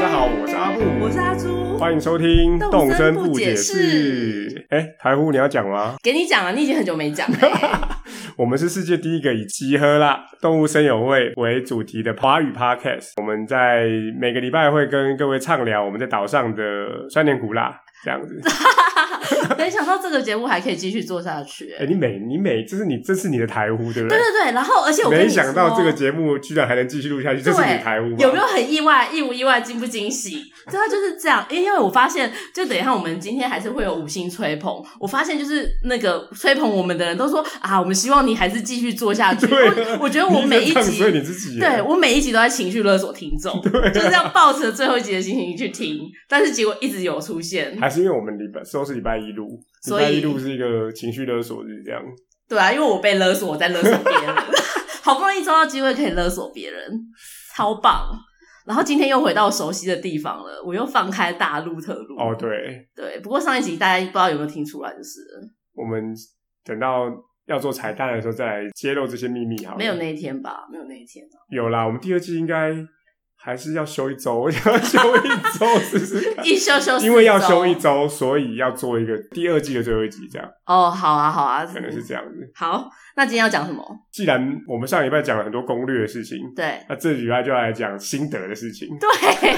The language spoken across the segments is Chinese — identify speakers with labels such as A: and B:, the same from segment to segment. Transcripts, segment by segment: A: 阿布，
B: 我是阿朱，
A: 欢迎收听《
B: 动
A: 身
B: 身不
A: 解
B: 解
A: 释》。哎，台呼你要讲吗？
B: 给你讲啊，你已经很久没讲了 欸。
A: 我们是世界第一个以集合啦动物声友会为主题的华语 podcast。我们在每个礼拜会跟各位畅聊我们在岛上的酸甜苦辣这样子。
B: 没想到这个节目还可以继续做下去欸、
A: 哎，你每你每这是你这是你的台呼对不
B: 对对对，然后而且我跟
A: 没
B: 你说
A: 想到这个节目啊居然还能继续录下去，这是你的台呼吧
B: 有没有很意外？意不意外？惊不惊喜？对啊，就是这样。因为我发现，就等一下我们今天还是会有五星吹捧。我发现就是那个吹捧我们的人都说啊，我们希望你还是继续做下去。
A: 对啊
B: 我我觉得我
A: 你
B: 每
A: 一
B: 一
A: 直在唱
B: 集
A: 所以你自己耶
B: 对我每一集都在情绪勒索听众，
A: 啊
B: 就这样抱着最后一集的心情去听，但是结果一直有出现，
A: 还是因为我们礼拜都是礼拜一录，礼
B: 所以
A: 拜一录是一个情绪勒索日这样。
B: 对啊，因为我被勒索，我在勒索别人， 好不容易抓到机会可以勒索别人，超棒。然后今天又回到熟悉的地方了，我又放开大陆特路。
A: 哦，对，
B: 对，不过上一集大家不知道有没有听出来，就是了
A: 我们等到要做彩蛋的时候再来揭露这些秘密好了。
B: 没有那一天吧，没有那一天。
A: 有啦，我们第二季应该还是要休一周， 要休一周试试看。
B: 一休休四周，
A: 因为要休一周，所以要做一个第二季的最后一集，这样
B: 哦，好啊，好啊，
A: 可能是这样子。
B: 好。那今天要讲什么？
A: 既然我们上礼拜讲了很多攻略的事情，
B: 对，
A: 那这礼拜就来讲心得的事情。
B: 对，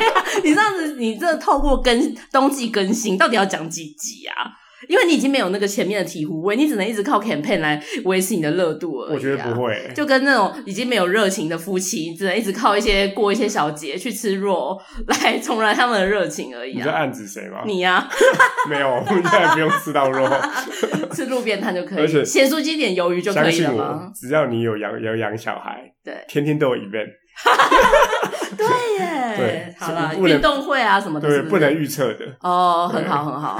B: 你这样子，你这透过更冬季更新，到底要讲几集啊？因为你已经没有那个前面的体醐味，你只能一直靠 campaign 来维持你的热度而已、啊。
A: 我觉得不 会，
B: 就跟那种已经没有热情的夫妻，只能一直靠一些过一些小节去吃肉 来重燃他们的热情而已
A: 你在
B: 啊。
A: 暗指谁吗？
B: 你呀、
A: 没有，我们现在不用吃到 肉。
B: 吃路边摊就可
A: 而
B: 以，
A: 且
B: 咸酥鸡点鱿鱼就可
A: 相
B: 以
A: 信
B: 了
A: 我
B: 吗？，
A: 只要你有养有养小孩，
B: 对
A: 天天都有 event，
B: 对耶，
A: 对
B: 好了，
A: 不能
B: 运动会啊什么的，
A: 对，
B: 是不是
A: 不能预测的。
B: 哦，
A: 对
B: 很好很 好，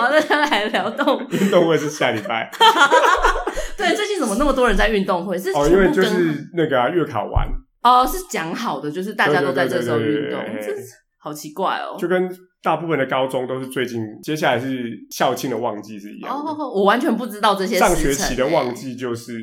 B: 好，那再来聊动物
A: 运动会是下礼 拜
B: 对，最近怎么那么多人在运动会？是
A: 哦，因
B: 全部
A: 为就
B: 跟
A: 是那个啊，月考完
B: 哦，是讲好的，就是大家都在这时候
A: 对对
B: 运
A: 对对
B: 动
A: 对，对
B: 这是好奇怪哦。
A: 就跟大部分的高中都是最近，接下来是校庆的旺季是一样的。
B: 哦，我完全不知道这些
A: 上
B: 时
A: 学
B: 辰
A: 期的
B: 欸
A: 旺季就是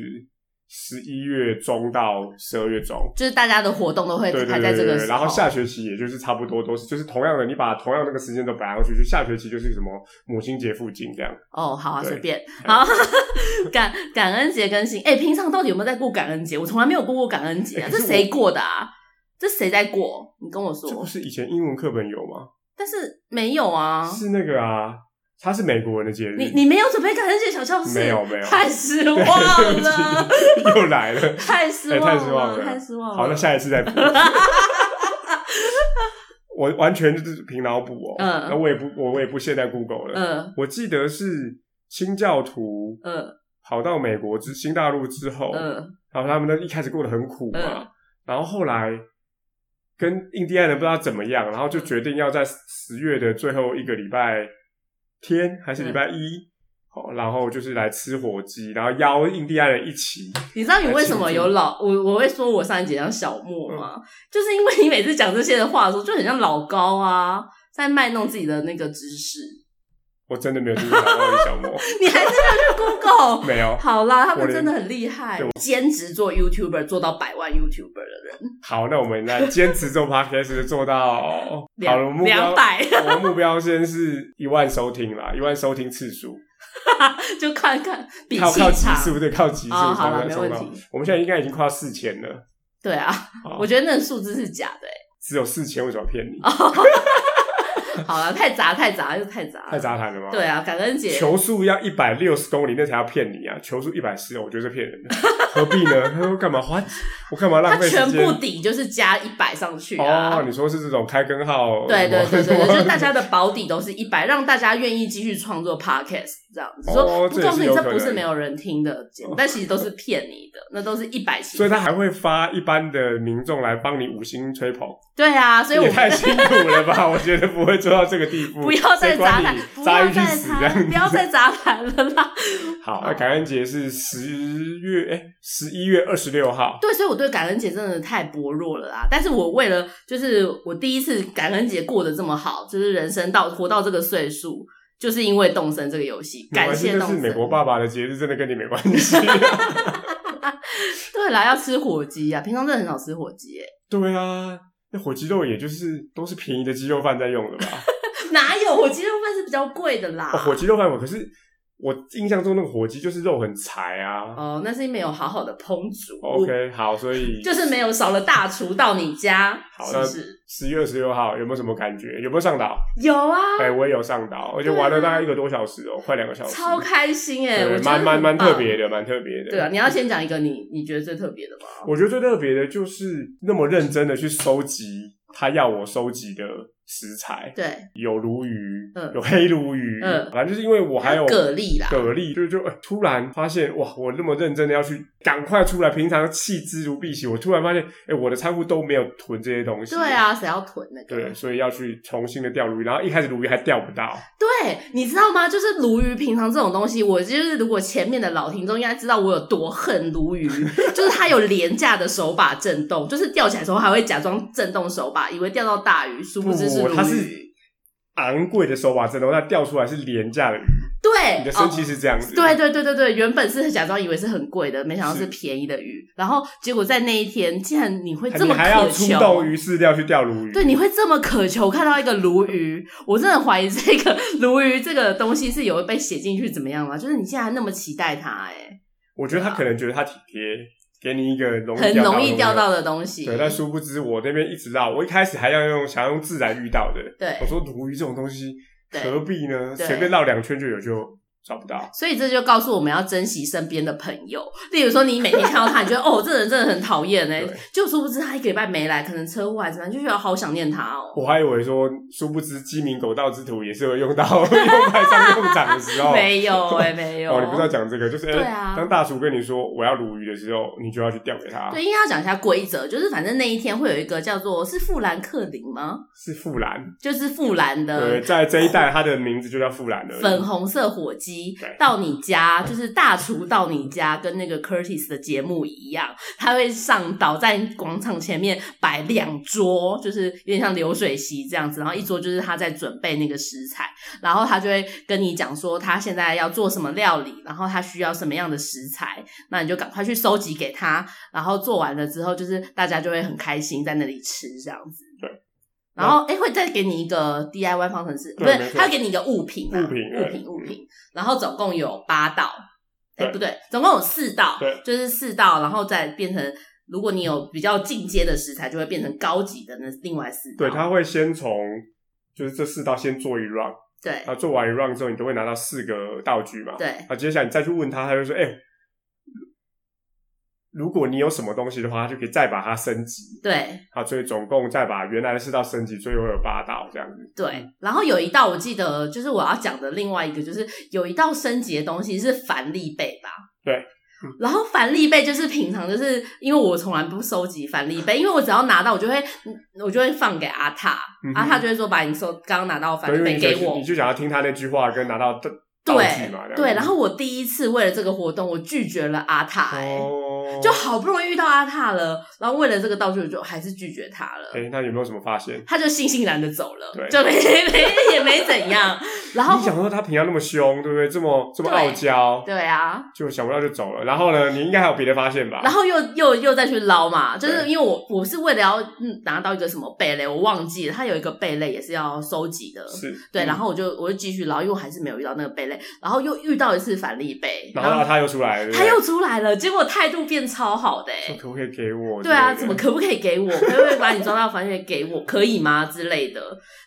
A: 十一月中到十二月中，
B: 就是大家的活动都会
A: 对对
B: 排
A: 对
B: 在这
A: 对
B: 个
A: 对。
B: 时
A: 然后
B: 候。
A: 下学期也就是差不多都是，就是同样的，你把同样那个时间都摆上去，就下学期就是什么母亲节附近这样。
B: 哦，好啊，
A: 对
B: 随便。好， 感感恩节更新。哎、平常到底有没有在过感恩节？我从来没有过过感恩节、啊
A: 欸可
B: 这
A: 是我
B: 谁过的啊？这谁在过？你跟我
A: 这不
B: 说。
A: 是以前英文课本有吗？
B: 但是没有啊，
A: 是那个啊，它是美国人的节日。
B: 你你没有准备感恩节小教室？
A: 没有没有
B: 太 失
A: 对
B: 望了。
A: 对不起又来 了。
B: 太失
A: 哎
B: 望了，
A: 太失望了
B: 太失望了。
A: 好，那下一次再补。 我完全就是凭脑补哦，
B: 嗯
A: 那我也不我我也不懈怠 Google 了。
B: 嗯
A: 我记得是清教徒
B: 嗯
A: 跑到美国之新大陆之后，
B: 嗯，
A: 然后他们那一开始过得很苦嘛，然后后来跟印第安人不知道怎么样，然后就决定要在十月的最后一个礼拜天还
B: 嗯
A: 是礼拜一，哦，然后就是来吃火鸡，然后邀印第安人一起，
B: 你知道你为什么有老我我会说我上一节像小莫吗？
A: 嗯
B: 就是因为你每次讲这些的话的时候，就很像老高啊，在卖弄自己的那个知识。
A: 我真的没有听过老高与小莫，
B: 你还真的去 Google？
A: 没有。
B: 好啦，他
A: 我
B: 们
A: 连
B: 真的很厉害，兼职做 YouTuber 做到百万 YouTuber 的人，
A: 好，那我们来坚持做 podcast 做到好了，我们
B: 两
A: 目标
B: 两，百，
A: 我们目标先是一万收听啦，一万收听次数，
B: 就看看比
A: 靠
B: 气
A: 靠集
B: 场。
A: 数对，靠集数
B: 哦好
A: 才
B: 啦
A: 能
B: 没
A: 收
B: 问
A: 到
B: 题。
A: 我们现在应该已经快要四千了，
B: 对啊，
A: 好
B: 我觉得那个数字是假的、欸。
A: 只有四千，为什么骗你？
B: 哦好了，太杂太杂又太杂，
A: 太。杂谈了吗？
B: 对。啊，感恩节
A: 球速要一百六十公里，那才要骗你啊！球速一百四，我觉得是骗人的，何必呢？他说干嘛花，我干嘛浪
B: 它
A: 费时
B: 全
A: 间
B: 部？底就是加一百上去啊。
A: 哦，你说是这种开根号？
B: 对对对
A: 什
B: 对
A: 么
B: 对，就是大家的保底都是一百，让大家愿意继续创作 podcast 这样子。说
A: 哦
B: 不
A: 这也
B: 告诉
A: 是
B: 你，
A: 有
B: 这
A: 可
B: 不是
A: 能
B: 没有人听的节 目，但其实都是骗你的，那都是一百 起
A: 所。以他还会发一般的民众来帮你五星吹捧，
B: 对啊，所以我
A: 也太辛苦了吧？我觉得不会做到这个地步。
B: 不要再
A: 谁管
B: 杂
A: 你
B: 谈，不
A: 杂
B: 要
A: 鱼去
B: 再
A: 死这样
B: 谈，不要再杂谈了啦。
A: 好，那感恩节是十月，哎，十一月二十六号。
B: 对，所以我对感恩节真的太薄弱了啦。但是我为了就是我第一次感恩节过得这么好，就是人生到活到这个岁数，就是因为动森这个游戏，感谢
A: 没
B: 动
A: 关系这
B: 森。
A: 是美国爸爸的节日，真的跟你没关 系。
B: 对啦，要吃火鸡啊，平常真的很少吃火鸡耶、
A: 对啊，那火鸡肉也就是都是便宜的鸡肉饭在用的吧？
B: 哪有火鸡肉饭是比较贵的啦？
A: 哦、火鸡肉饭我可是我印象中那个火鸡就是肉很柴啊。
B: 哦，那是因为没有好好的烹煮。
A: OK，好，所以
B: 哦就是没有少了大厨到你家，
A: 好
B: 是
A: 那
B: 不是？
A: 十月二十六号有没有什么感觉？有没有上岛？
B: 有啊，
A: 哎、我也有上岛，而且
B: 对啊
A: 玩了大概一个多小时哦、快两个小时，
B: 超开心哎、我
A: 对，
B: 觉得
A: 蛮蛮
B: 很
A: 蛮
B: 棒
A: 特。别的，蛮特别的。
B: 对啊，你要先讲一个你你觉得最特别的吧。
A: 我觉得最特别的就是那么认真的去收集他要我收集的食材，
B: 对，
A: 有鲈鱼，
B: 嗯
A: 有黑鲈鱼，
B: 嗯
A: 反正就是因为我还有
B: 蛤蜊啦，
A: 蛤蜊，就就、哎突然发现哇，我那么认真的要去赶快出来，平常弃之如敝屣，我突然发现，哎、我的仓库都没有囤这些东西，
B: 对，啊，谁要囤那个？
A: 对，所以要去重新的钓鲈鱼，然后一开始鲈鱼还钓不到，
B: 对，你知道吗？就是鲈鱼，平常这种东西，我就是如果前面的老听众应该知道我有多恨鲈鱼，就是它有廉价的手把震动，就是钓起来的时候还会假装震动手把，以为钓到大鱼，殊不知
A: 不它
B: 鲈
A: 是
B: 鱼。
A: 昂贵的手把针，然后它钓出来是廉价的鱼，
B: 对，
A: 你的生
B: 哦
A: 气是这样子，
B: 对对对对对，原本是假装以为是很贵的，没想到
A: 是
B: 是便宜的鱼，然后结果在那一天，竟然你会这
A: 你
B: 么
A: 还要
B: 渴
A: 出动
B: 求，
A: 于饲料去钓鲈鱼，
B: 对，你会这么渴求看到一个鲈鱼，我真的怀疑这个 鲈鱼这个东西是有被写进去怎么样吗？就是你现在那么期待它、欸，
A: 我觉得他可能觉得他体贴，给你一个容易
B: 很
A: 钓到
B: 容易
A: 的
B: 钓到
A: 东
B: 的东
A: 西。
B: 西，
A: 对，但殊不知我那边一直绕，我一开始还要用想要用自然遇到的，
B: 对
A: 我说鲈鱼这种东西
B: 对
A: 何必呢？
B: 对
A: 随便绕两圈就有就找不到。
B: 所以这就告诉我们要珍惜身边的朋友。例如说，你每天看到他，你觉得哦，这人真的很讨厌哎、
A: 对
B: 就殊不知他一个礼拜没来，可能车祸还是怎么样，就觉得好想念他哦。
A: 我还以为说，殊不知鸡鸣狗盗之徒也是会用到 用派上用场的时候。
B: 没有 哎、没有。
A: 哦哦，你不知道讲这个，就是哎、
B: 对啊
A: 当大厨跟你说我要鲈鱼的时候，你就要去钓给他。
B: 对，应该要讲一下规则，就是反正那一天会有一个叫做是富兰克林吗？
A: 是富兰，
B: 就是富兰
A: 对，
B: 的
A: 在这一代它的名字就叫富兰了。
B: 嗯粉红色火鸡
A: 对
B: 到你家，就是大厨到你家，跟那个 Curtis 的节目一样，他会上岛在广场前面摆两桌，就是有点像流水席这样子，然后一桌就是他在准备那个食材，然后他就会跟你讲说他现在要做什么料理，然后他需要什么样的食材，那你就赶快去收集给他，然后做完了之后，就是大家就会很开心在那里吃这样子。
A: 对。
B: 然后，哎，会再给你一个 DIY 方程式，不
A: 对
B: 是
A: 没，错
B: 他会给你一个物品啊，
A: 物品
B: 物品，
A: 嗯
B: 物品。然后总共有八道，哎，
A: 对
B: 不对，总共有四道
A: 对，
B: 就是四道，然后再变成，如果你有比较进阶的食材，就会变成高级的那另外四道。
A: 对，他会先从就是这四道先做一 round，
B: 对
A: 啊，做完一 round 之后，你都会拿到四个道具嘛。
B: 对
A: 啊，接下来你再去问他，他就说：“哎、如果你有什么东西的话，他就可以再把它升级。
B: 对，”
A: 啊，所以总共再把原来的四道升级，所以会有八道这样子。
B: 对，然后有一道我记得就是我要讲的另外一个，就是有一道升级的东西是凡利贝吧？
A: 对
B: 嗯。然后凡利贝就是平常就是因为我从来不收集凡利贝，因为我只要拿到我就会我就会放给阿塔，
A: 嗯哼
B: 阿塔就会说把你收刚刚拿到的凡
A: 对，因
B: 利
A: 为你
B: 贝给
A: 就
B: 我
A: 你。就想要听他那句话，跟拿到道道具
B: 对
A: 嘛。这样子
B: 对，然后我第一次为了这个活动，我拒绝了阿塔、欸，
A: 哦，
B: 就好不容易遇到阿塔了，然后为了这个道具，我就还是拒绝他了。
A: 哎、那有没有什么发现？
B: 他就悻悻然的走了
A: 对，
B: 就没 没也没怎样。然后
A: 你想说他平常那么凶，对不对？这么这么
B: 对
A: 傲娇，
B: 对啊，
A: 就想不到就走了。然后呢，你应该还有别的发现吧？
B: 然后又又又再去捞嘛，就是
A: 啊对
B: 因为我我是为了要嗯拿到一个什么贝类，我忘记了，它有一个贝类也是要收集的，
A: 是嗯
B: 对，然
A: 后
B: 后我就我就继续捞，因为我还是没有遇到那个贝类，然后又遇到一次反力贝，
A: 然后
B: 后
A: 他又出来了，对不
B: 他
A: 对
B: 又出来了，结果态度变超好的、
A: 说
B: 欸。
A: 可不可以给我？
B: 对啊，
A: 之类的
B: 怎么可不可以给我？可不可以把你抓到房间给我？可以吗？之类的，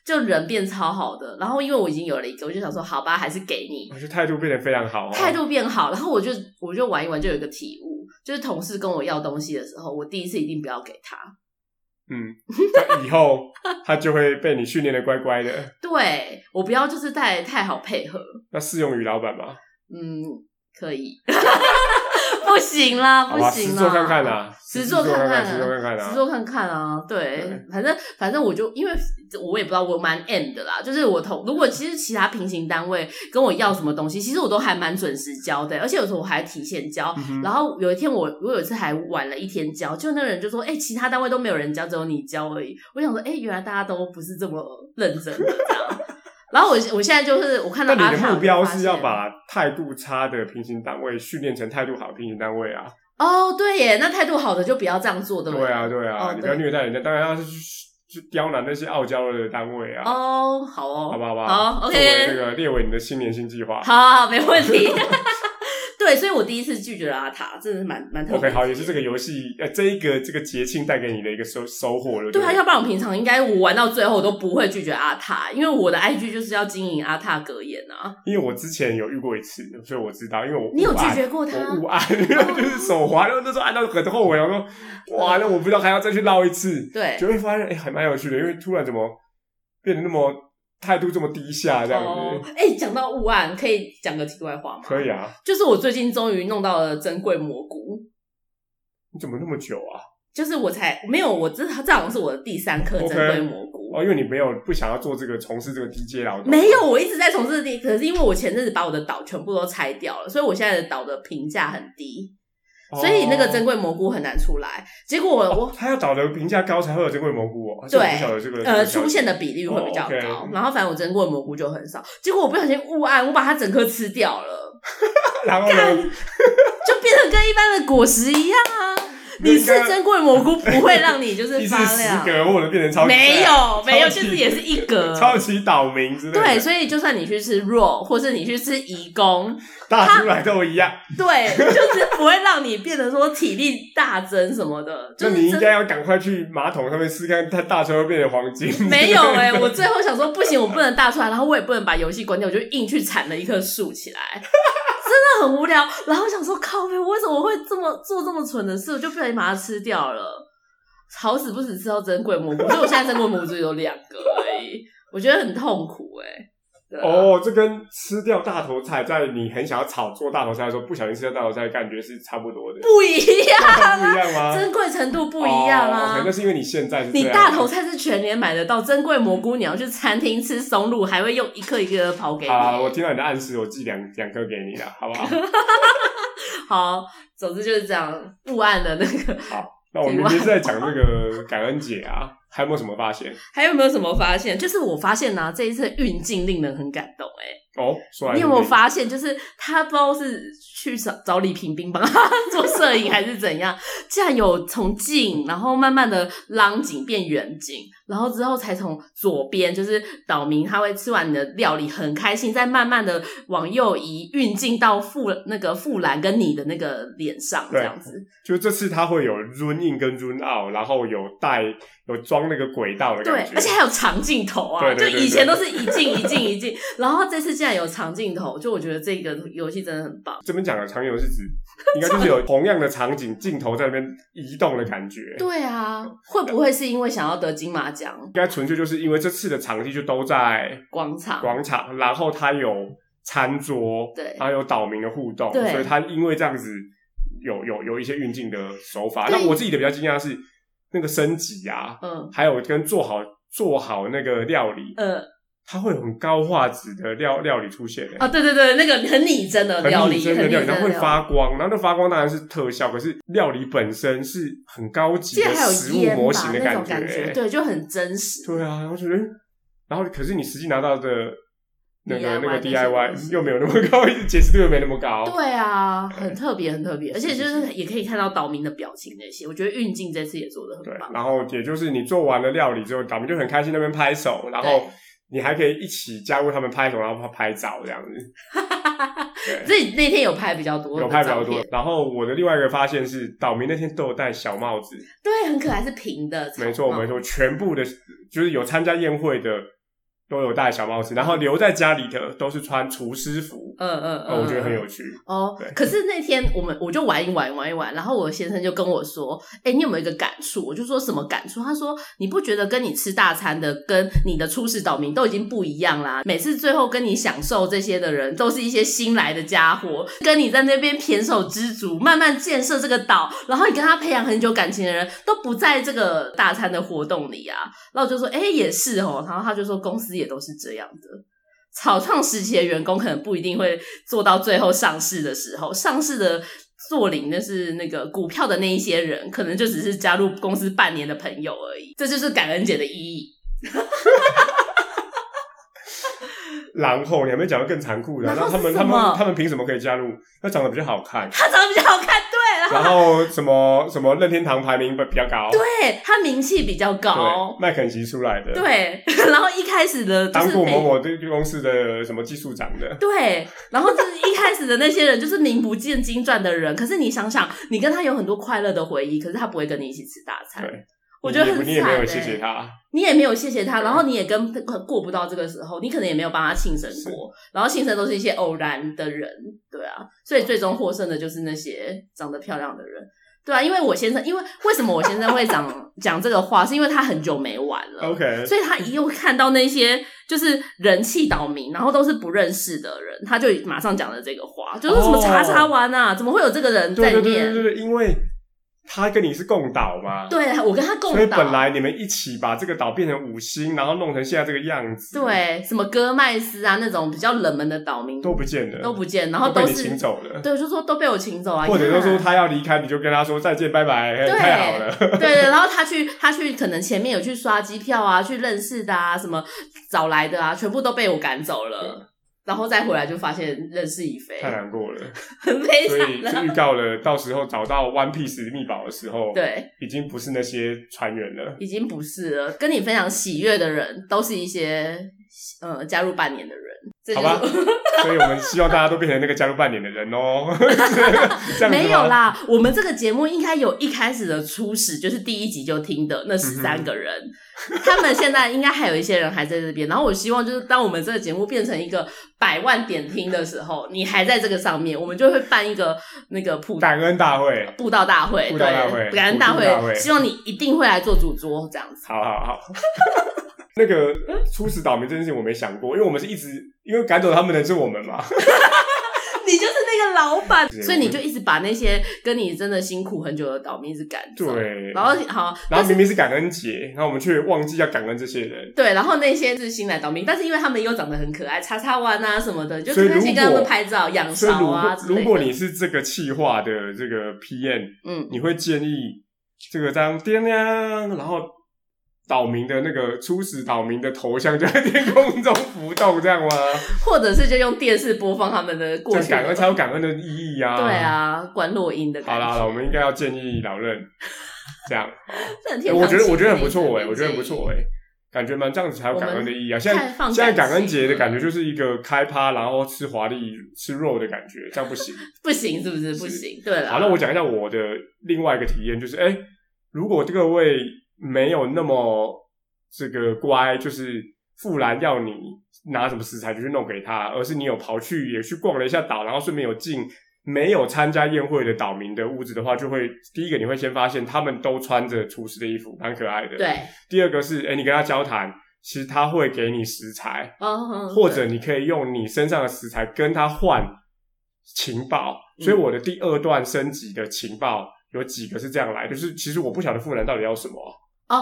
B: 就人变超好的。然后因为我已经有了一个，我就想说，好吧，还是给你。
A: 我觉得态度变得非常好、哦，
B: 态度变好，然后我就我就玩一玩，就有一个体悟，就是同事跟我要东西的时候，我第一次一定不要给他。
A: 嗯，那以 后他就会被你训练的乖乖的。
B: 对我不要就是太太好配合，
A: 那适用于老板吗？
B: 嗯，可以， 不行啦，
A: 好
B: 哦不
A: 吧，实
B: 行啦，
A: 做看啊看啦，
B: 实
A: 实
B: 做
A: 看
B: 看看啊
A: 实做看看
B: 实
A: 啊。
B: 做看看啊，对
A: 对，
B: 反正反正我就因为我也不知道我蛮 M 的啦，就是我同如果其实其他平行单位跟我要什么东西，其实我都还蛮准时交的，而且有时候我还提现交。
A: 嗯哼
B: 然后有一天我我有一次还晚了一天交，就那个人就说：“哎、其他单位都没有人交，只有你交而已。”我想说：“哎、原来大家都不是这么认 真的这样。”然后我我现在就是我看到
A: 那
B: 阿
A: 你
B: 塔，
A: 的目标是
B: 我
A: 要
B: 就发现
A: 把态度差的平行单位训练成态度好的平行单位啊？
B: 哦对耶，那态度好的就不要这样做，对不
A: 对啊，对啊，
B: 哦
A: 你不要
B: 对
A: 虐待人家。当然要是去刁难那些傲娇的单位啊。
B: 哦，好哦，
A: 好不好？好不
B: 好
A: 作为那
B: ，OK，
A: 个列为你的新年新计划。
B: 好好，没 问题。对，所以我第一次拒绝了阿塔，真的是蛮蛮特别的
A: OK，好，也是这个游戏，呃，这一个这个节庆带给你的一个收收获了。
B: 对啊，
A: 不
B: 要不然我平常应该我玩到最后我都不会拒绝阿塔，因为我的 IG 就是要经营阿塔格言啊。
A: 因为我之前有遇过一次，所以我知道，因为我
B: 你有
A: 误
B: 拒
A: 按
B: 绝过他？
A: 我误按， 就是手滑，然后那时候按到很后悔，我说哇，那我不知道还要再去绕一次，
B: 对，
A: 就会发现哎、还蛮有趣的，因为突然怎么变得那么态度这么低下这样
B: 哦
A: 子，，
B: 哎、讲到误案，可以讲个题外话吗？
A: 嗯可以啊，
B: 就是我最近终于弄到了珍贵蘑菇，
A: 你怎么那么久啊？
B: 就是我才没有，我这这好像是我的第三颗
A: OK
B: 珍贵蘑菇。
A: 哦，因为你没有不想要做这个从事这个低阶劳动，
B: 没有，我一直在从事地，可是因为我前阵子把我的岛全部都拆掉了，所以我现在的岛的评价很低，
A: 哦，
B: 所以那个珍贵蘑菇很难出来。结果我我
A: 哦他要找的评价高才会有珍贵蘑菇哦，
B: 对
A: 这我不晓得这个
B: 呃，
A: 这个
B: 出现的比例会比较高。
A: 哦，OK
B: 然后反正我珍贵蘑菇就很少，结果我不小心误按，我把它整颗吃掉了，
A: 然后呢？
B: 干就变成跟一般的果实一样啊。
A: 那
B: 你
A: 应
B: 吃
A: 该
B: 珍贵蘑菇不会让你就 是
A: 一次
B: 发
A: 十
B: 亮，
A: 格或者变成超级
B: 没有没有，
A: 超级
B: 就是也是一 格。
A: 超级岛民之类的，
B: 对，，所以就算你去吃肉，或是你去吃移工，
A: 大出来都一样。
B: 对，就是不会让你变得说体力大增什么的。就
A: 那
B: 是
A: 你应
B: 真
A: 该要赶快去马桶上面试看，它大车会变成黄金。
B: 没 有哎、我最后想说不行，我不能大出来，然后我也不能把游戏关掉，我就硬去铲了一棵树起 来，真的很无聊。然后想说靠背，我为什么会这么做这么蠢的事？我就不小心把它吃掉了，好死不死吃到珍贵蘑菇，所以我现在珍贵蘑菇只有两个而已，我觉得很痛苦哎、对啊
A: 哦，这跟吃掉大头菜，在你很想要炒作大头菜的时候，不小心吃掉大头菜，感觉是差不多 的，
B: 不一样，
A: 不一样吗？
B: 珍贵程度不一样
A: 哦
B: 啊。
A: ，OK，那是因为你现在是这
B: 你
A: 样
B: 大头菜是全年买得到，珍贵蘑菇你要去餐厅吃松露，还会用一颗一颗的刨给你。
A: 好啦，我听到你的暗示，我寄两两颗给你了，好不 好？
B: 好，总之就是这样，不安的那个。
A: 那我们明天是在讲那个感恩节啊，还有没有什么发现？
B: 还有没有什么发现？就是我发现呢、啊这一次运镜令人很感动哎、
A: 哦，说来
B: 你有
A: 听
B: 没有
A: 听
B: 发现？就是他不知道是去找找李平冰帮他 做摄影还是怎样，竟然有从近，然后慢慢的浪景变远景，然后之后才从左边，就是岛民他会吃完你的料理很开心，再慢慢的往右移运镜到富那个富兰跟你的那个脸上这
A: 对
B: 样子。
A: 就这次它会有 run in 跟 run out，然后有带有装那个轨道的
B: 对
A: 感觉，，
B: 而且还有长镜头啊！
A: 对对对
B: 就以前都是一镜一镜一镜， 然后这次竟然有长镜头，就我觉得这个游戏真的很棒。
A: 这边讲的长游是指， 应该就是有同样的场景镜头在那边移动的感觉。应
B: 对啊，会不会是因为想要得金马奖
A: 该纯粹就是因为这次的场地就都在
B: 广场？
A: 广啊场，然后它有餐桌，
B: 对
A: 它有岛民的互动，
B: 对
A: 所以它因为这样子有有有一些运镜的手法。
B: 对
A: 那我自己的比较惊讶是那个升级啊，
B: 嗯
A: 还有跟做好做好那个料理，
B: 呃
A: 它会有很高画质的料料理出现、欸。
B: 啊，对对对，那个很拟真的
A: 很
B: 料理，
A: 拟真的
B: 很
A: 料
B: 拟
A: 理，然
B: 真的
A: 后会
B: 料理
A: 发光，然后那发光当然是特效，可是料理本身是很高级
B: 竟
A: 的
B: 然还有
A: 食物
B: 烟
A: 模
B: 吧
A: 型的
B: 那种
A: 觉。
B: 感觉，对，就很真实。
A: 对啊，然后觉得，然后可是你实际拿到的那个
B: DIY
A: 那个
B: 那些
A: DIY
B: 东
A: 又没有那么高， 解释度又没那么高。
B: 对啊，很特别，很特别，而且就是是也可以看到岛民的表情那些，我觉得运镜这次也做的
A: 对
B: 很棒。
A: 然后也就是你做完了料理之后，咱们就很开心那边拍手，然后
B: 对
A: 你还可以一起加入他们拍手，然后拍拍照这样子。对。
B: 自己那天有拍比较多，
A: 有拍比较多，，然后我的另外一个发现是，岛民那天都有戴小帽子，
B: 对，很可爱，是平的，
A: 没错，
B: 错。
A: 没错，全部的，就是有参加宴会的都有戴小帽子，然后留在家里的都是穿厨师服，
B: 嗯嗯
A: 哦，
B: 嗯，
A: 我觉得很
B: 有。
A: 有趣。
B: 哦
A: 对，
B: 可是那天我们我就玩一玩玩一玩，然后我先生就跟我说：“哎、你有没有一个感触？”我就说什么感触？他说：“你不觉得跟你吃大餐的跟你的初始岛民都已经不一样啦？每次最后跟你享受这些的人，都是一些新来的家伙，跟你在那边胼手知足，慢慢建设这个岛，然后你跟他培养很久感情的人，都不在这个大餐的活动里啊。”然后我就说：“哎、也是哦。”然后他就说：“公司也都是这样的。”草创时期的员工可能不一定会做到最后上市的时候，上市的做零的是那个股票的那一些人，可能就只是加入公司半年的朋友而已。这就是感恩节的意义。
A: 然后你还没讲到更残酷的，
B: 然
A: 那
B: 后
A: 他
B: 是
A: 们
B: 什
A: 他们
B: 么
A: 他们凭什么可以加入？那长得比较好看，
B: 他长得比较好看，对
A: 然后什么什么任天堂排名比较高，
B: 对他名气比较高
A: 对，，麦肯锡出来的，
B: 对， 然后一开始的就
A: 当
B: 是
A: 过某
B: 每
A: 某这个公司的什么技术长的，
B: 对，然后就是一开始的那些人就是名不见经传的人，可是你想想，你跟他有很多快乐的回忆，可是他不会跟你一起吃大餐
A: 对，
B: 我觉得很
A: 你
B: 惨、欸、
A: 也你也没有谢谢他，
B: 你也没有谢谢他，然后你也跟呃过不到这个时候，你可能也没有帮他庆生过，然后庆生都是一些偶然的人，对啊，所以最终获胜的就是那些长得漂亮的人，对啊，因为我先生，因为为什么我先生会讲 讲这个话，是因为他很久没玩了
A: OK，
B: 所以他一又看到那些就是人气岛民，然后都是不认识的人，他就马上讲了这个话，就是什么
A: 哦
B: 叉叉湾啊，怎么会有这个人在
A: 对
B: 里
A: 对对对
B: 面？
A: 对对，因为他跟你是共岛嘛，
B: 对我跟他共
A: 所以
B: 岛，
A: 本来你们一起把这个岛变成五星，然后弄成现在这个样子，，
B: 对什么戈麦斯啊那种比较冷门的岛民
A: 都不见了，
B: 都不见，然后
A: 被
B: 都
A: 你
B: 是
A: 请走了。
B: 对，我就说都被我请走啊，
A: 或者就说
B: 呀
A: 他要离开，你就跟他说再见，拜拜，嘿
B: 对
A: 太好了。
B: 对对，然后他去他去可能前面有去刷机票啊，去认识的啊，什么找来的啊，全部都被我赶走了。然后再回来就发现认识已非，
A: 太难过了，
B: 很悲
A: 所
B: 惨
A: 以
B: 的。
A: 就预告了，到时候找到 One Piece 密宝的时候，，
B: 对，
A: 已经不是那些船员了。
B: 已经不是了。跟你分享喜悦的人，都是一些呃加入半年的人。这就
A: 好
B: 是
A: 吧所以我们希望大家都变成那个加入半年的人哦。 是这样子吗
B: 没有，啦，我们这个节目应该有一开始的初始，就是第一集就听的那十
A: 嗯
B: 三个人，他们现在应该还有一些人还在这边。然后我希望就是当我们这个节目变成一个百万点听的时候，你还在这个上面，我们就会办一个那个普
A: 感恩大会，
B: 布道大会，
A: 布道大会
B: 对，感恩大
A: 普渡大会
B: 希望你一定会来做主桌这样 子。
A: 好好 好。那个初始倒霉这件事情我没想过，因为我们是一直因为赶走他们的是我们嘛，
B: 你就是那个老板，
A: 是
B: 所以你就一直把那些跟你真的辛苦很久的岛民一直赶走。
A: 对。
B: 然后好，
A: 然后明明是感恩节，然后我们却忘记要感恩这些人。
B: 对，然后那些是新来岛民，但是因为他们又长得很可爱，叉叉湾啊什么的，就
A: 所以
B: 可以去
A: 如
B: 跟他
A: 果
B: 们拍照、养
A: 所以如
B: 勺
A: 果、
B: 啊之类
A: 如
B: 的。
A: 果你是这个企划的这个 PM，
B: 嗯，
A: 你会建议这个这样叮叮，然后岛民的那个初始岛民的头像就在天空中浮动，这样吗？
B: 或者是就用电视播放他们的
A: 这
B: 过
A: 样
B: 去
A: 感恩
B: 的，
A: 才有感恩的意义啊！
B: 对，啊，关落音的
A: 好
B: 感觉。
A: 啦好啦，我们应该要建议老任这样。
B: 这很
A: 欸
B: 天堂
A: 我觉得
B: 级
A: 我觉
B: 的
A: 得很
B: 一
A: 不
B: 个
A: 错哎、
B: 建
A: 我觉得很不
B: 议
A: 错哎、感觉蛮这样子才有感恩的意义啊！现
B: 太
A: 在
B: 放
A: 现在
B: 感
A: 感恩
B: 情
A: 节的
B: 了
A: 感觉就是一个开趴，然后吃华丽吃肉的感觉，这样不 行。
B: 不行，是不是不
A: 是
B: 行？对了，
A: 好，那我讲一下我的另外一个体验，就是哎、诶如果各位没有那么这个乖，就是富兰要你拿什么食材就去弄给他，而是你有跑去也去逛了一下岛，然后顺便有进没有参加宴会的岛民的屋子的话，就会第一个你会先发现他们都穿着厨师的衣服，蛮可爱的。。
B: 对，
A: 第二个是哎、诶你跟他交谈，其实他会给你食材，
B: 哦，
A: 或者你可以用你身上的食材跟他换情报。
B: 嗯
A: 所以我的第二段升级的情报有几个是这样来，就是其实我不晓得富兰到底要什么。啊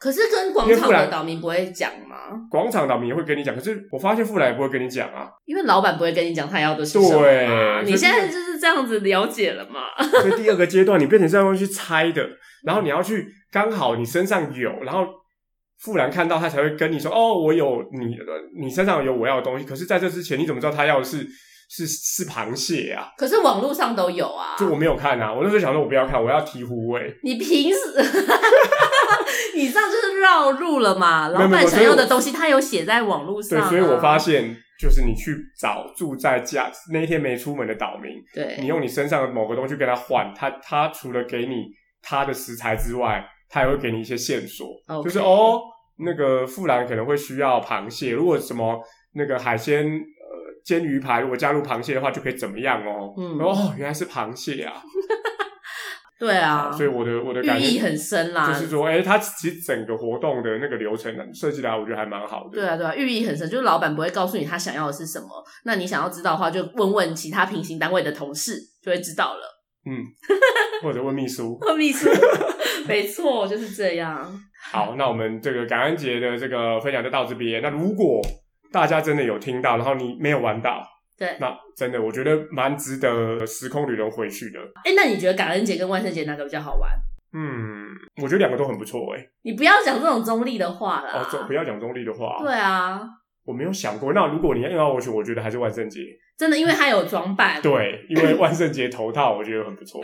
B: 可是跟广
A: 因为
B: 场
A: 不
B: 的
A: 然
B: 岛民不会讲吗？
A: 广场岛民也会跟你讲，可是我发现富兰也不会跟你讲啊，
B: 因为老板不会跟你讲他要的是什么嘛。
A: 对
B: 你
A: 所以
B: 现
A: 这
B: 在
A: 个
B: 就是这样子了解了嘛？
A: 所以第二个阶段你变成是要去猜的，然后你要去刚好你身上有，然后富兰看到他才会跟你说，哦，我有你呃你身上有我要的东西，可是在这之前你怎么知道他要的是是是螃蟹啊？
B: 可是网络上都有啊，
A: 就我没有看啊，我那时候想说我不要看，我要提壶味。
B: 你平 时， 你这样就是绕路了嘛？
A: 没
B: 老
A: 有没有
B: 板想要的
A: 所以我
B: 东西，他有写在网络上、
A: 对，
B: 啊。
A: 所以我发现，就是你去找住在家那一天没出门的岛民，你
B: 对
A: 用你身上的某个东西跟他换，他他除了给你他的食材之外，他也会给你一些线索
B: OK
A: 就是哦，那个富兰可能会需要螃蟹，如果什么那个海鲜呃煎鱼排，如果加入螃蟹的话，就可以怎么样哦？
B: 嗯
A: 哦，原来是螃蟹啊！
B: 对啊，
A: 所以我的我的感
B: 寓意
A: 觉
B: 很深啦。
A: 就是说，哎、它其实整个活动的那个流程啊设计的，我觉得还蛮好的。
B: 对啊，对啊，寓意很深，就是老板不会告诉你他想要的是什么，那你想要知道的话，就问问其他平行单位的同事，就会知道了。
A: 或者问秘书。
B: 秘书， 没错，就是这样。
A: 好，那我们这个感恩节的这个分享就到这边。那如果大家真的有听到，然后你没有玩到，
B: 对，
A: 那真的我觉得蛮值得时空旅人回去的。
B: 哎，那你觉得感恩节跟万圣节哪个比较好玩？
A: 嗯，我觉得两个都很不错哎、
B: 你不要讲这种中立的话啦。
A: 哦， 这不要讲中立的话，
B: 对啊，
A: 我没有想过。那如果你要我选，我觉得还是万圣节。
B: 真的，因为它有装扮。
A: 对，因为万圣节头套我觉得很不 错。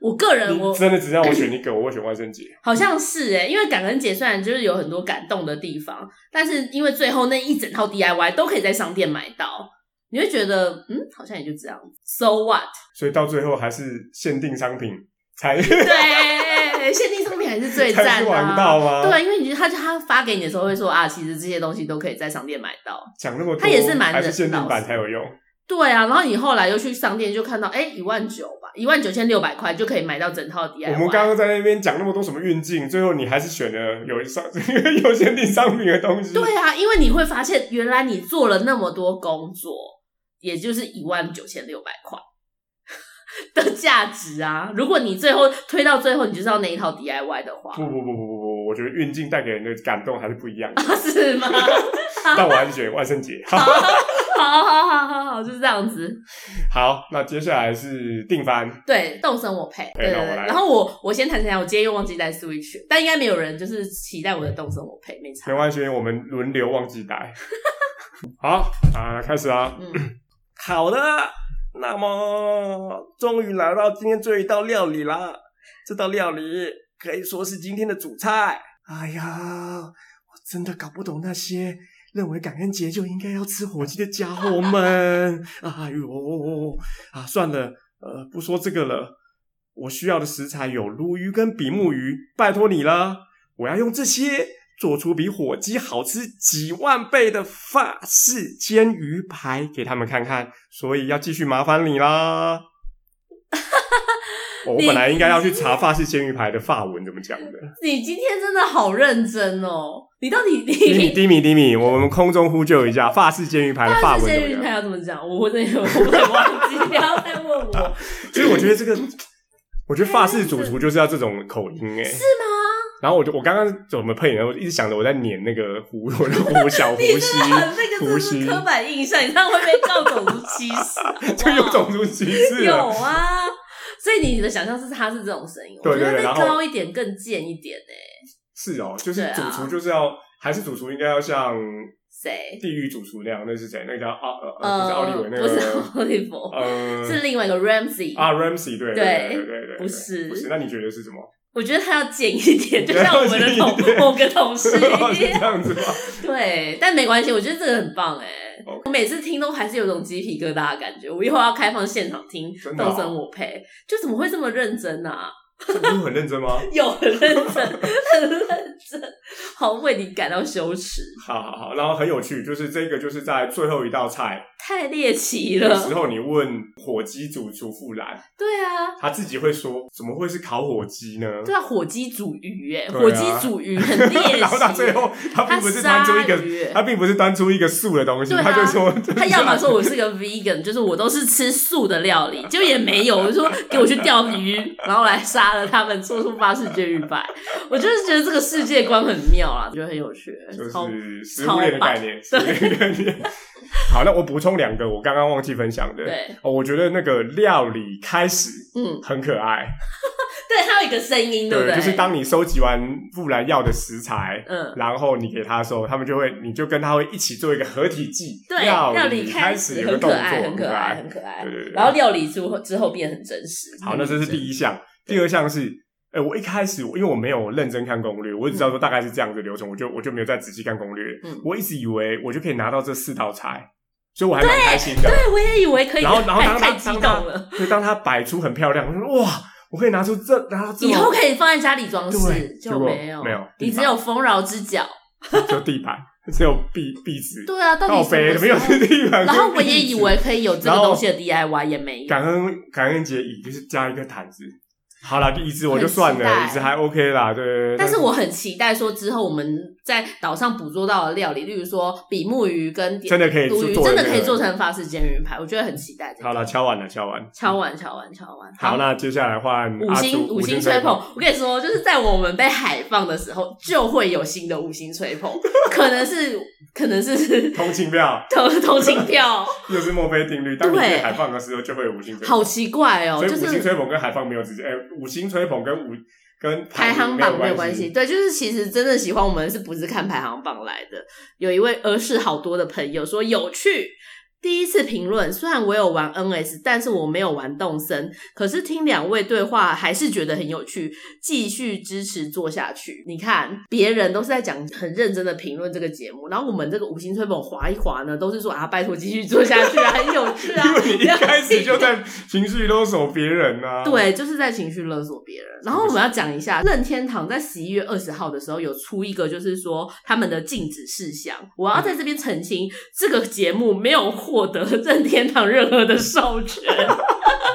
B: 我个人我
A: 你真的只让我选一个，我会选万圣节。
B: 好像是哎、因为感恩节虽然就是有很多感动的地方，但是因为最后那一整套 DIY 都可以在商店买到，你会觉得嗯，好像也就这样子。So what？
A: 所以到最后还是限定商品才
B: 对，限定商品还是最
A: 才
B: 赞
A: 是
B: 的、
A: 王道啊吗？，
B: 对，啊因为你他就他发给你的时候会说啊，其实这些东西都可以在商店买到。
A: 讲那么多，
B: 它也是蛮
A: 还是
B: 人
A: 限定
B: 道
A: 版
B: 的
A: 才有用。
B: 对啊，然后你后来又去商店就看到，哎、一万九吧，一万九千六百块就可以买到整套 DIY。
A: 我们刚刚在那边讲那么多什么运镜，最后你还是选了有商 有限定商品的东西。
B: 对啊，因为你会发现，原来你做了那么多工作，也就是一万九千六百块 的价值啊！如果你最后推到最后，你就知道那一套 DIY 的话，
A: 不不不不不不，我觉得运镜带给人的感动还是不一样的。
B: 是 吗？
A: 但我还是选万圣节。
B: 好，好，好，好，好，好，就是这样子。
A: 好，那接下来是定番，
B: 对，动身我配。
A: 对
B: 对对
A: 那我
B: 对。
A: 来
B: 然后我我先谈起来，我今天又忘记带 Switch，但应该没有人就是期待我的动身我配，没差
A: 没。关系，我们轮流忘记带。 好啊，开始啊！
B: 嗯，
A: 好的，那么终于来到今天最后一道料理啦。这道料理可以说是今天的主菜。哎呀，我真的搞不懂那些认为感恩节就应该要吃火鸡的家伙们。哎呦，啊，算了，呃，不说这个了。我需要的食材有鲈鱼跟比目鱼，拜托你了，我要用这些做出比火鸡好吃几万倍的法式煎鱼排给他们看看，所以要继续麻烦你啦。我
B: 你
A: 本来应该要去查法式煎鱼排的法文怎么讲的。
B: 你今天真的好认真哦！你到 底
A: 迪
B: 你
A: 米，迪米，迪米，我们空中呼救一下法式煎鱼 排的法
B: 大
A: 文怎
B: 学生
A: 么
B: 日
A: 讲
B: 派？要怎么讲？我真的我真的忘记，不要再问 我。
A: 其实我觉得这个，我觉得法式主厨就是要这种口音哎、
B: 是吗？
A: 然后我就我刚刚怎么配呢？我一直想着我在撵那个胡我的胡小胡
B: 你
A: 须
B: 真的很那
A: 胡
B: 个，真
A: 须。
B: 是刻板印象，你这样会被告种族歧视
A: 就有种族歧视哦
B: 有
A: 了。
B: 啊，所以你的想象是他是这种声音，
A: 对对对
B: 我
A: 然
B: 觉得
A: 后
B: 再高一点更贱一点呢、欸
A: 是哦，就是
B: 对啊
A: 主厨就是要，还是主厨应该要像
B: 谁？
A: 地狱主厨那样？那是谁？那个叫奥呃呃不
B: 呃
A: 是奥利维那
B: 不是
A: 个
B: 奥利弗，
A: 呃
B: 是另外一个 Ramsey。
A: 啊 Ramsey 对对
B: 对
A: 对对对，
B: 不是
A: 不是？那你觉得是什么？
B: 我觉得他要贱一 点，就像我们的
A: 要贱一点
B: 同某个同 事
A: 是这
B: 一样。
A: 样子吗？
B: 对，但没关系，我觉得这个很棒哎、
A: OK
B: 我每次听都还是有种鸡皮疙瘩的感觉。我以后要开放现场听
A: 真
B: 《
A: 的哦
B: 斗争我配》，就怎么会这么认真啊？
A: 我很认真吗？
B: 有很认真，很认真，好为你感到羞耻，
A: 好好好，然后很有趣，就是这个就是在最后一道菜
B: 太猎奇
A: 的时
B: 了。
A: 候，你问火鸡主厨傅兰，
B: 对啊，
A: 他自己会说，怎么会是烤火鸡呢？
B: 对啊，火鸡煮鱼哎、
A: 对啊
B: 火鸡煮鱼很猎奇。
A: 然后到最后，他并
B: 他
A: 不是端出一
B: 鲨
A: 个，
B: 鱼欸
A: 他并不是端出一个素的东西，
B: 对啊
A: 他就 说，
B: 他要么说我是个 vegan，就是我都是吃素的料理，就也没有。我就说给我去钓鱼，然后来杀了他们，做出巴士绝育摆。我就是觉得这个世界观很妙啦，觉得很有趣，
A: 就
B: 超
A: 是食物链的概念，食
B: 超
A: 物
B: 棒
A: 链的概念。 好，那我补充两个我刚刚忘记分享的。
B: 对，
A: 哦，我觉得那个料理开始
B: 嗯，
A: 很可爱，
B: 对，它有一个声音，不对？
A: 就是当你收集完富兰要的食材。
B: 嗯，
A: 然后你给他的时候，他们就会，你就跟他会一起做一个合体技，
B: 对，
A: 料
B: 料
A: 理
B: 理
A: 开
B: 始
A: 有个
B: 很
A: 动
B: 可
A: 作，
B: 爱，很可
A: 可
B: 爱，很可爱
A: 对对对。
B: 然后料理之后之后变很真实。嗯
A: 好，那这是第
B: 一，
A: 一项。第二项是，呃，我一开始我因为我没有认真看攻略，我只知道说大概是这样子的流程，我就我就没有再仔细看攻略。
B: 嗯
A: 我一直以为我就可以拿到这四道菜，所以我还蛮开心的。
B: 对我也以为可以，
A: 然后然后
B: 太
A: 当他
B: 太激
A: 当
B: 动
A: 他
B: 了，
A: 所以当它摆出很漂亮，我说哇，我可以拿出这拿到这
B: 以后
A: 种
B: 可以放在家里装
A: 对
B: 饰，
A: 结
B: 就
A: 果
B: 没有
A: 没有
B: 你
A: 地
B: 只
A: 板
B: 有丰饶之角。
A: 就地板，只有壁壁纸，
B: 对啊，到
A: 靠
B: 底什么
A: 背
B: 时候
A: 没有是地 板。
B: 然后
A: 跟
B: 我也
A: 壁
B: 以
A: 纸
B: 为可以有这
A: 然
B: 个
A: 后
B: 东西的 DIY，也没有。
A: 感恩感恩节椅就是加一个毯子。好啦，椅子我就
B: 很期
A: 算了，
B: 待
A: 椅子还 OK 啦，对对对。
B: 但是我很期待说之后我们在岛上捕捉到的料理，例如说比目鱼跟
A: 真的可以
B: 鲈鱼，
A: 做
B: 真的
A: 那
B: 可以
A: 个
B: 做成法式煎鱼排，我觉得很期待这
A: 好
B: 个。
A: 了，敲完了，敲完。
B: 敲完，敲完，敲完。
A: 好，那接下来换
B: 五
A: 阿
B: 星
A: 祖
B: 五星吹捧，，我跟你说，就是在我们被海放的时候，就会有新的五星吹捧，可能是可能是
A: 通勤票
B: 投投情票，
A: 又是墨菲定律，当你
B: 对
A: 被海放的时候就会有五星吹捧。
B: 好奇怪哦，
A: 所以
B: 就
A: 五星
B: 是
A: 吹捧跟海放没有直接，哎、五星吹捧跟五跟
B: 排行榜
A: 没
B: 没
A: 有
B: 有关系，。对，就是其实真正喜欢我们是不是看排行榜来的？有一位儿是好多的朋友说有趣。第一次评论，虽然我有玩 NS，但是我没有玩动森，可是听两位对话还是觉得很有趣，继续支持做下去。你看，别人都是在讲很认真的评论这个节目，然后我们这个五星吹捧划一划呢，都是说啊，拜托继续做下去啊，很有趣 啊
A: 因，为你一
B: 不要
A: 开始就在情绪勒索别人呐、啊。，
B: 对，就是在情绪勒索别人。然后我们要讲一下，任天堂在十一月二十号的时候有出一个，就是说他们的禁止事项。我要在这边澄清，这个节目没有获得任天堂任何的授权。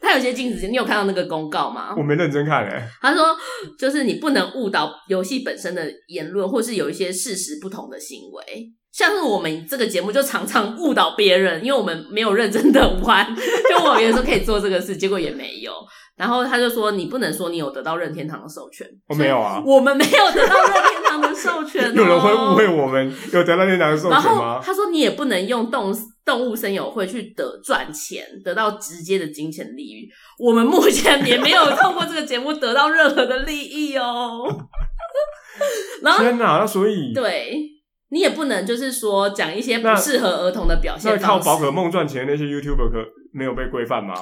B: 他有些禁止，你有看到那个公告吗？
A: 我没认真看诶、欸
B: 他说，就是你不能误导游戏本身的言论，或是有一些事实不同的行为。像是我们这个节目就常常误导别人，因为我们没有认真的玩， 就我有时候可以做这个事，结果也没有。然后他就说，你不能说你有得到任天堂的授权，
A: 我没有啊。
B: 我们没有得到任天堂的授权、哦。
A: 有人会误会我们有得到那堂授
B: 然
A: 权
B: 后
A: 吗？
B: 他说，你也不能用动动物森友会去得赚钱，得到直接的金钱利益。我们目前也没有 透过这个节目得到任何的利益哦。然 后
A: 天 哪，那所以
B: 对你也不能就是说讲一些不
A: 那
B: 适合儿童的表现
A: 那靠
B: 方式。
A: 宝可梦赚钱的那些 YouTuber 可没有被规范 吗？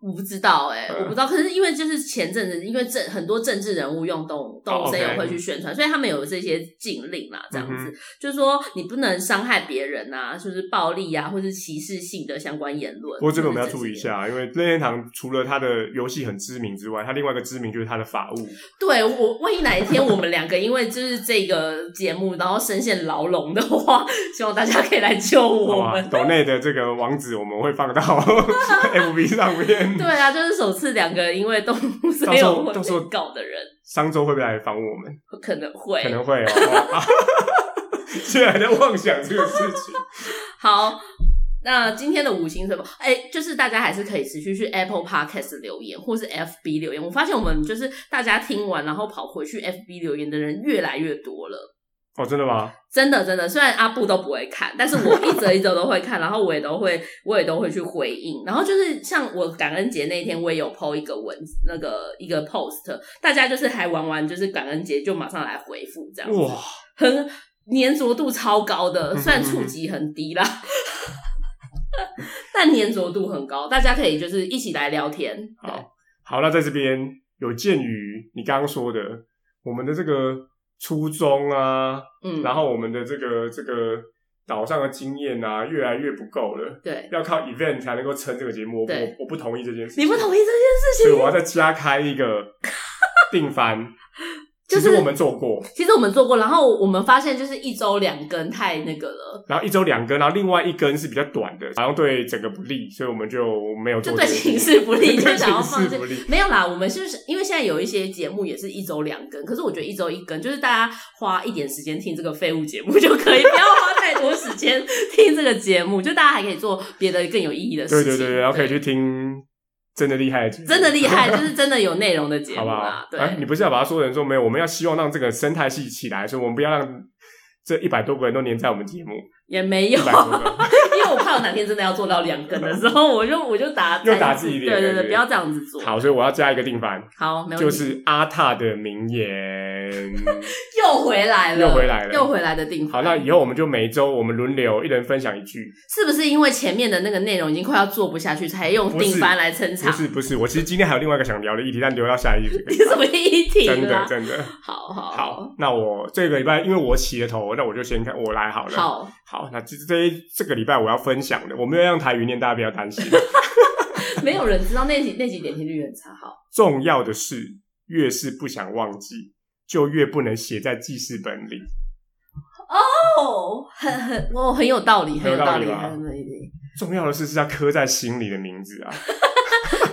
B: 我不知道哎、
A: 嗯
B: 我不知道。可是因为就是前阵子，因为政很多政治人物用动动物森友会去宣传，所以他们有这些禁令啦，这样子、
A: 哦嗯
B: 就是说你不能伤害别人啊，就是暴力啊，或是歧视性的相关言论。
A: 不过这个我们要
B: 就是
A: 注意一
B: 这些。
A: 下，因为任天堂除了它的游戏很知名之外，它另外一个知名就是它的法务。
B: 对我，万一哪一天我们两个因为就是这个节目，然后深陷牢笼的话， 希望大家可以来救 我
A: 好吧啊
B: 们。
A: 抖内的这个网址我们会放到 FB 上面
B: 对。啊，就是首次两个因为动物森友会
A: 到时候
B: 被告的人，
A: 商周会不会来访我们？
B: 可能会
A: 可能会哦。哇 现在还在妄想这个事 情。
B: 好，那今天的五星吹捧，哎、就是大家还是可以持续去 Apple Podcast 留言，或是 FB 留言。我发现我们就是大家听完，然后跑回去 FB 留言的人越来越多了。
A: 哦，真的吗？
B: 真的，真的，虽然阿布都不会看，但是我一则一则都会看，然后我也都会，我也都会去回应。然后就是像我感恩节那一天，我也有 PO 一个文，那个一个 post，大家就是还玩完，就是感恩节就马上来回复，这样子
A: 哇，
B: 很粘着度超高的，
A: 嗯
B: 虽然触及很低啦，但粘着度很高，大家可以就是一起来聊天。
A: 好好，那在这边有鉴于你刚刚说的，我们的这个初衷啊，
B: 嗯，
A: 然后我们的这个这个岛上的经验啊，越来越不够了，
B: 对，
A: 要靠 event 才能够撑这个节目。我不
B: 对
A: 我不同意这件事情，
B: 你不同意这件
A: 所以
B: 事情？
A: 我要再加开一个定 番。
B: 就是
A: 其实我们做过，
B: 其实我们做过，然后我们发现就是一周两根太那个了，
A: 然后一周两根，然后另外一根是比较短的，然后对整个不利，所以我们就没有
B: 就
A: 做这
B: 对
A: 个节目。
B: 形势不利，就
A: 对
B: 想要
A: 形
B: 放
A: 势
B: 弃
A: 不。利。
B: 没有啦，我们是不是因为现在有一些节目也是一周两更，可是我觉得一周一更，就是大家花一点时间听这个废物节目就可以，不要花太多时间听这个节目，就大家还可以做别的更有意义的
A: 对
B: 事
A: 对
B: 情。
A: 对对，然后可以去听真的厉害的节目，
B: 真的厉害，就是真的有内容的节目
A: 好不
B: 啦
A: 好。？
B: 对，
A: 哎，你不是要把它说成说没有，我们要希望让这个生态系起来，所以我们不要让这一百多个人都黏在我们节目，
B: 也没有，
A: 一百多个，
B: 因为我怕我哪天真的要做到两更的时候，我就我就打
A: 又打自己脸
B: 对对
A: 对
B: 对，
A: 对
B: 不要这样子做。
A: 好，所以我要加一个定番，
B: 好，没有
A: 就是阿塔的名言。
B: 又回来了，
A: 又回来了
B: 又回来的定法。
A: 好，那以后我们就每周我们轮流，一人分享一句。
B: 是不是因为前面的那个内容已经快要做不下去，才用
A: 不是
B: 定番来撑
A: 不
B: 场？
A: 是不是，我其实今天还有另外一个想聊的议题，但留到下一集。
B: 你什么议题
A: 真的
B: 啦？
A: 真的
B: 好好
A: 好，那我这个礼拜因为我起了头，那我就先看我来好了。
B: 好，
A: 好，那这这一这个礼拜我要分享的，我没有让台语念，大家不要担心。
B: 没有人知道那集那集点击率很差。好，
A: 重要的事越是不想忘记，就越不能写在记事本里。
B: 哦，很很，我很有道理，很
A: 很有
B: 道
A: 道
B: 理，
A: 理吧
B: 很有道理，
A: 重要的事是要刻在心里的名字啊，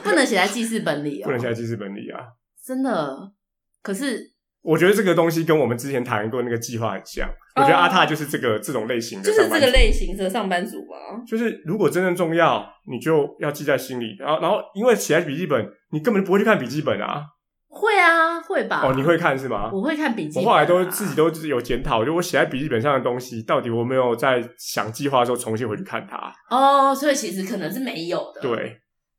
B: 不能写在记事本里哦
A: 不，能写在记事本里啊。
B: 真的。可是
A: 我觉得这个东西跟我们之前谈过那个计划很像。我觉得阿塔就是这个这种类型的
B: 哦就
A: 上
B: 是
A: 班族，
B: 这个类型的上班族嘛，
A: 就是如果真正重要，你就要记在心里。然后，然后因为写在笔记本，你根本就不会去看笔记本啊。
B: 会啊，会吧？
A: 哦，你会看是吗？
B: 我会看笔记
A: 我
B: 本啊，
A: 后来都自己都自己有检讨，就我写在笔记本上的东西，到底我没有在想计划的时候重新回去看它。
B: 哦，所以其实可能是没有的。
A: 对，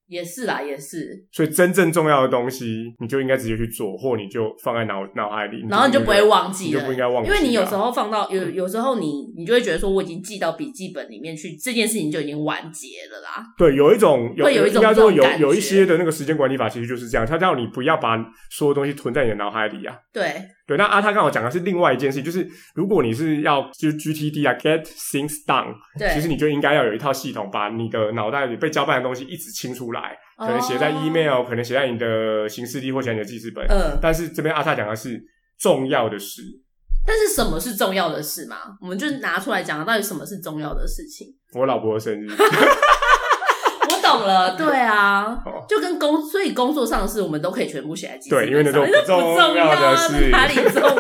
B: 也是啦，也是，
A: 所以真正重要的东西，你就应该直接去做，或你就放在脑脑海里，
B: 然后你就不会忘记
A: 你
B: 了，
A: 就不应该忘记啊
B: 因
A: 了
B: 为你有时候放到有有时候你你就会觉得说我已经记到笔记本里面去，这件事情就已经完结了啦。
A: 对有一种有
B: 会有一种
A: 应该说
B: 这种
A: 有
B: 感觉
A: 有一些的那个时间管理法其实就是这样，它叫你不要把所有东西囤在你的脑海里啊。
B: 对，
A: 对，那阿他刚好讲的是另外一件事，就是如果你是要就是 GTD 啊，get things done，
B: 对
A: 其实你就应该要有一套系统，把你的脑袋里被交办的东西一直清出来，可能写在
B: 哦
A: email，、可能写在你的行事历或写在你的记事本。
B: 嗯，
A: 但是这边阿他讲的是重要的事，
B: 但是什么是重要的事嘛？我们就拿出来讲，啊到底什么是重要的事情？
A: 我老婆的 生日，
B: 我懂了，对啊
A: 哦，
B: 就跟工，所以工作上的事我们都可以全部写在记事
A: 对因为那
B: 本上哎
A: 都
B: 那
A: 不重
B: 重
A: 要的
B: 啊那
A: 事
B: 哪里重要？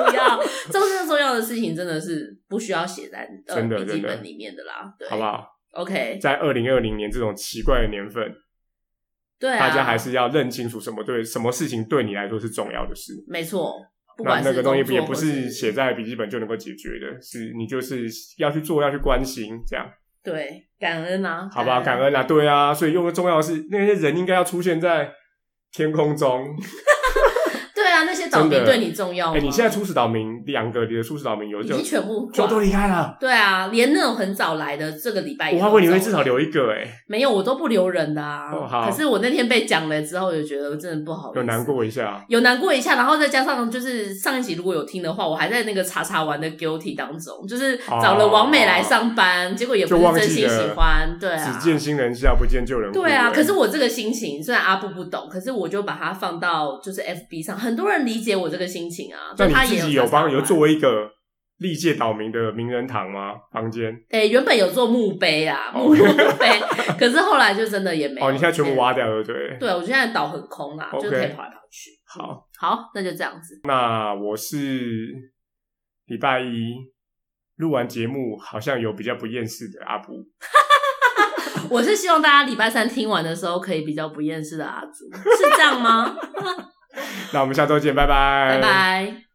B: 重要重要的事情真的是不需要写在呃
A: 真的
B: 笔记
A: 真的
B: 本里面的啦，对，
A: 好不好？
B: ？OK，
A: 在二零二零年这种奇怪的年份，
B: 对啊，
A: 大家还是要认清楚什么对什么事情对你来说是重要的事。
B: 没错，不
A: 那
B: 管是
A: 那个东西不也
B: 工
A: 不
B: 作或
A: 是写在笔记本就能够解决的，是你就是要去做，要去关心，这样
B: 对感恩啊，
A: 好不好？感。恩啊，对啊，所以用的重要的是那些人应该要出现在天空中。
B: 对啊，那些倒
A: 真
B: 闭
A: 的
B: 对你重要
A: 哎、
B: 吗？
A: 你现在初始岛民两个，你的初始岛民有
B: 已
A: 就
B: 经全部
A: 就都离开了，
B: 对啊，连那种很早来的这个礼拜也
A: 我
B: 都
A: 还以为你
B: 走
A: 会
B: 了
A: 至少留一个、哎，
B: 没有，我都不留人的啊。
A: 哦好
B: 可是我那天被讲了之后，就觉得真的不好意思，
A: 有难，过一下。啊
B: 有难过一下，然后再加上就是上一集如果有听的话，我还在那个查查完的 guilty 当中，就是找了王美来上班，结果也不
A: 哦就忘
B: 是
A: 记
B: 真心喜欢，对
A: 只
B: 啊。
A: 见新人笑，不见旧人哭。
B: 对啊，
A: 哎
B: 可是我这个心情虽然阿布不懂，可是我就把它放到就是 FB 上，很多人理解我这个心情啊。
A: 那
B: 就他
A: 你
B: 也
A: 自己有
B: 有查查
A: 帮有
B: 完
A: 作为一个历届岛民的名人堂吗？房间？
B: 诶、哎原本有做墓碑啊，
A: 哦
B: 墓碑， 可是后来就真的也没有
A: 哦，你现在全部挖掉了，对。
B: 对，我觉得现在岛很空啦，
A: OK
B: 就可以跑来跑去。
A: 好，
B: 好，那就这样子。
A: 那我是礼拜一录完节目，好像有比较不厌世的阿布。
B: 我是希望大家礼拜三听完的时候，可以比较不厌世的阿祖，是这样吗？
A: 那我们下周见，拜拜，
B: 拜拜。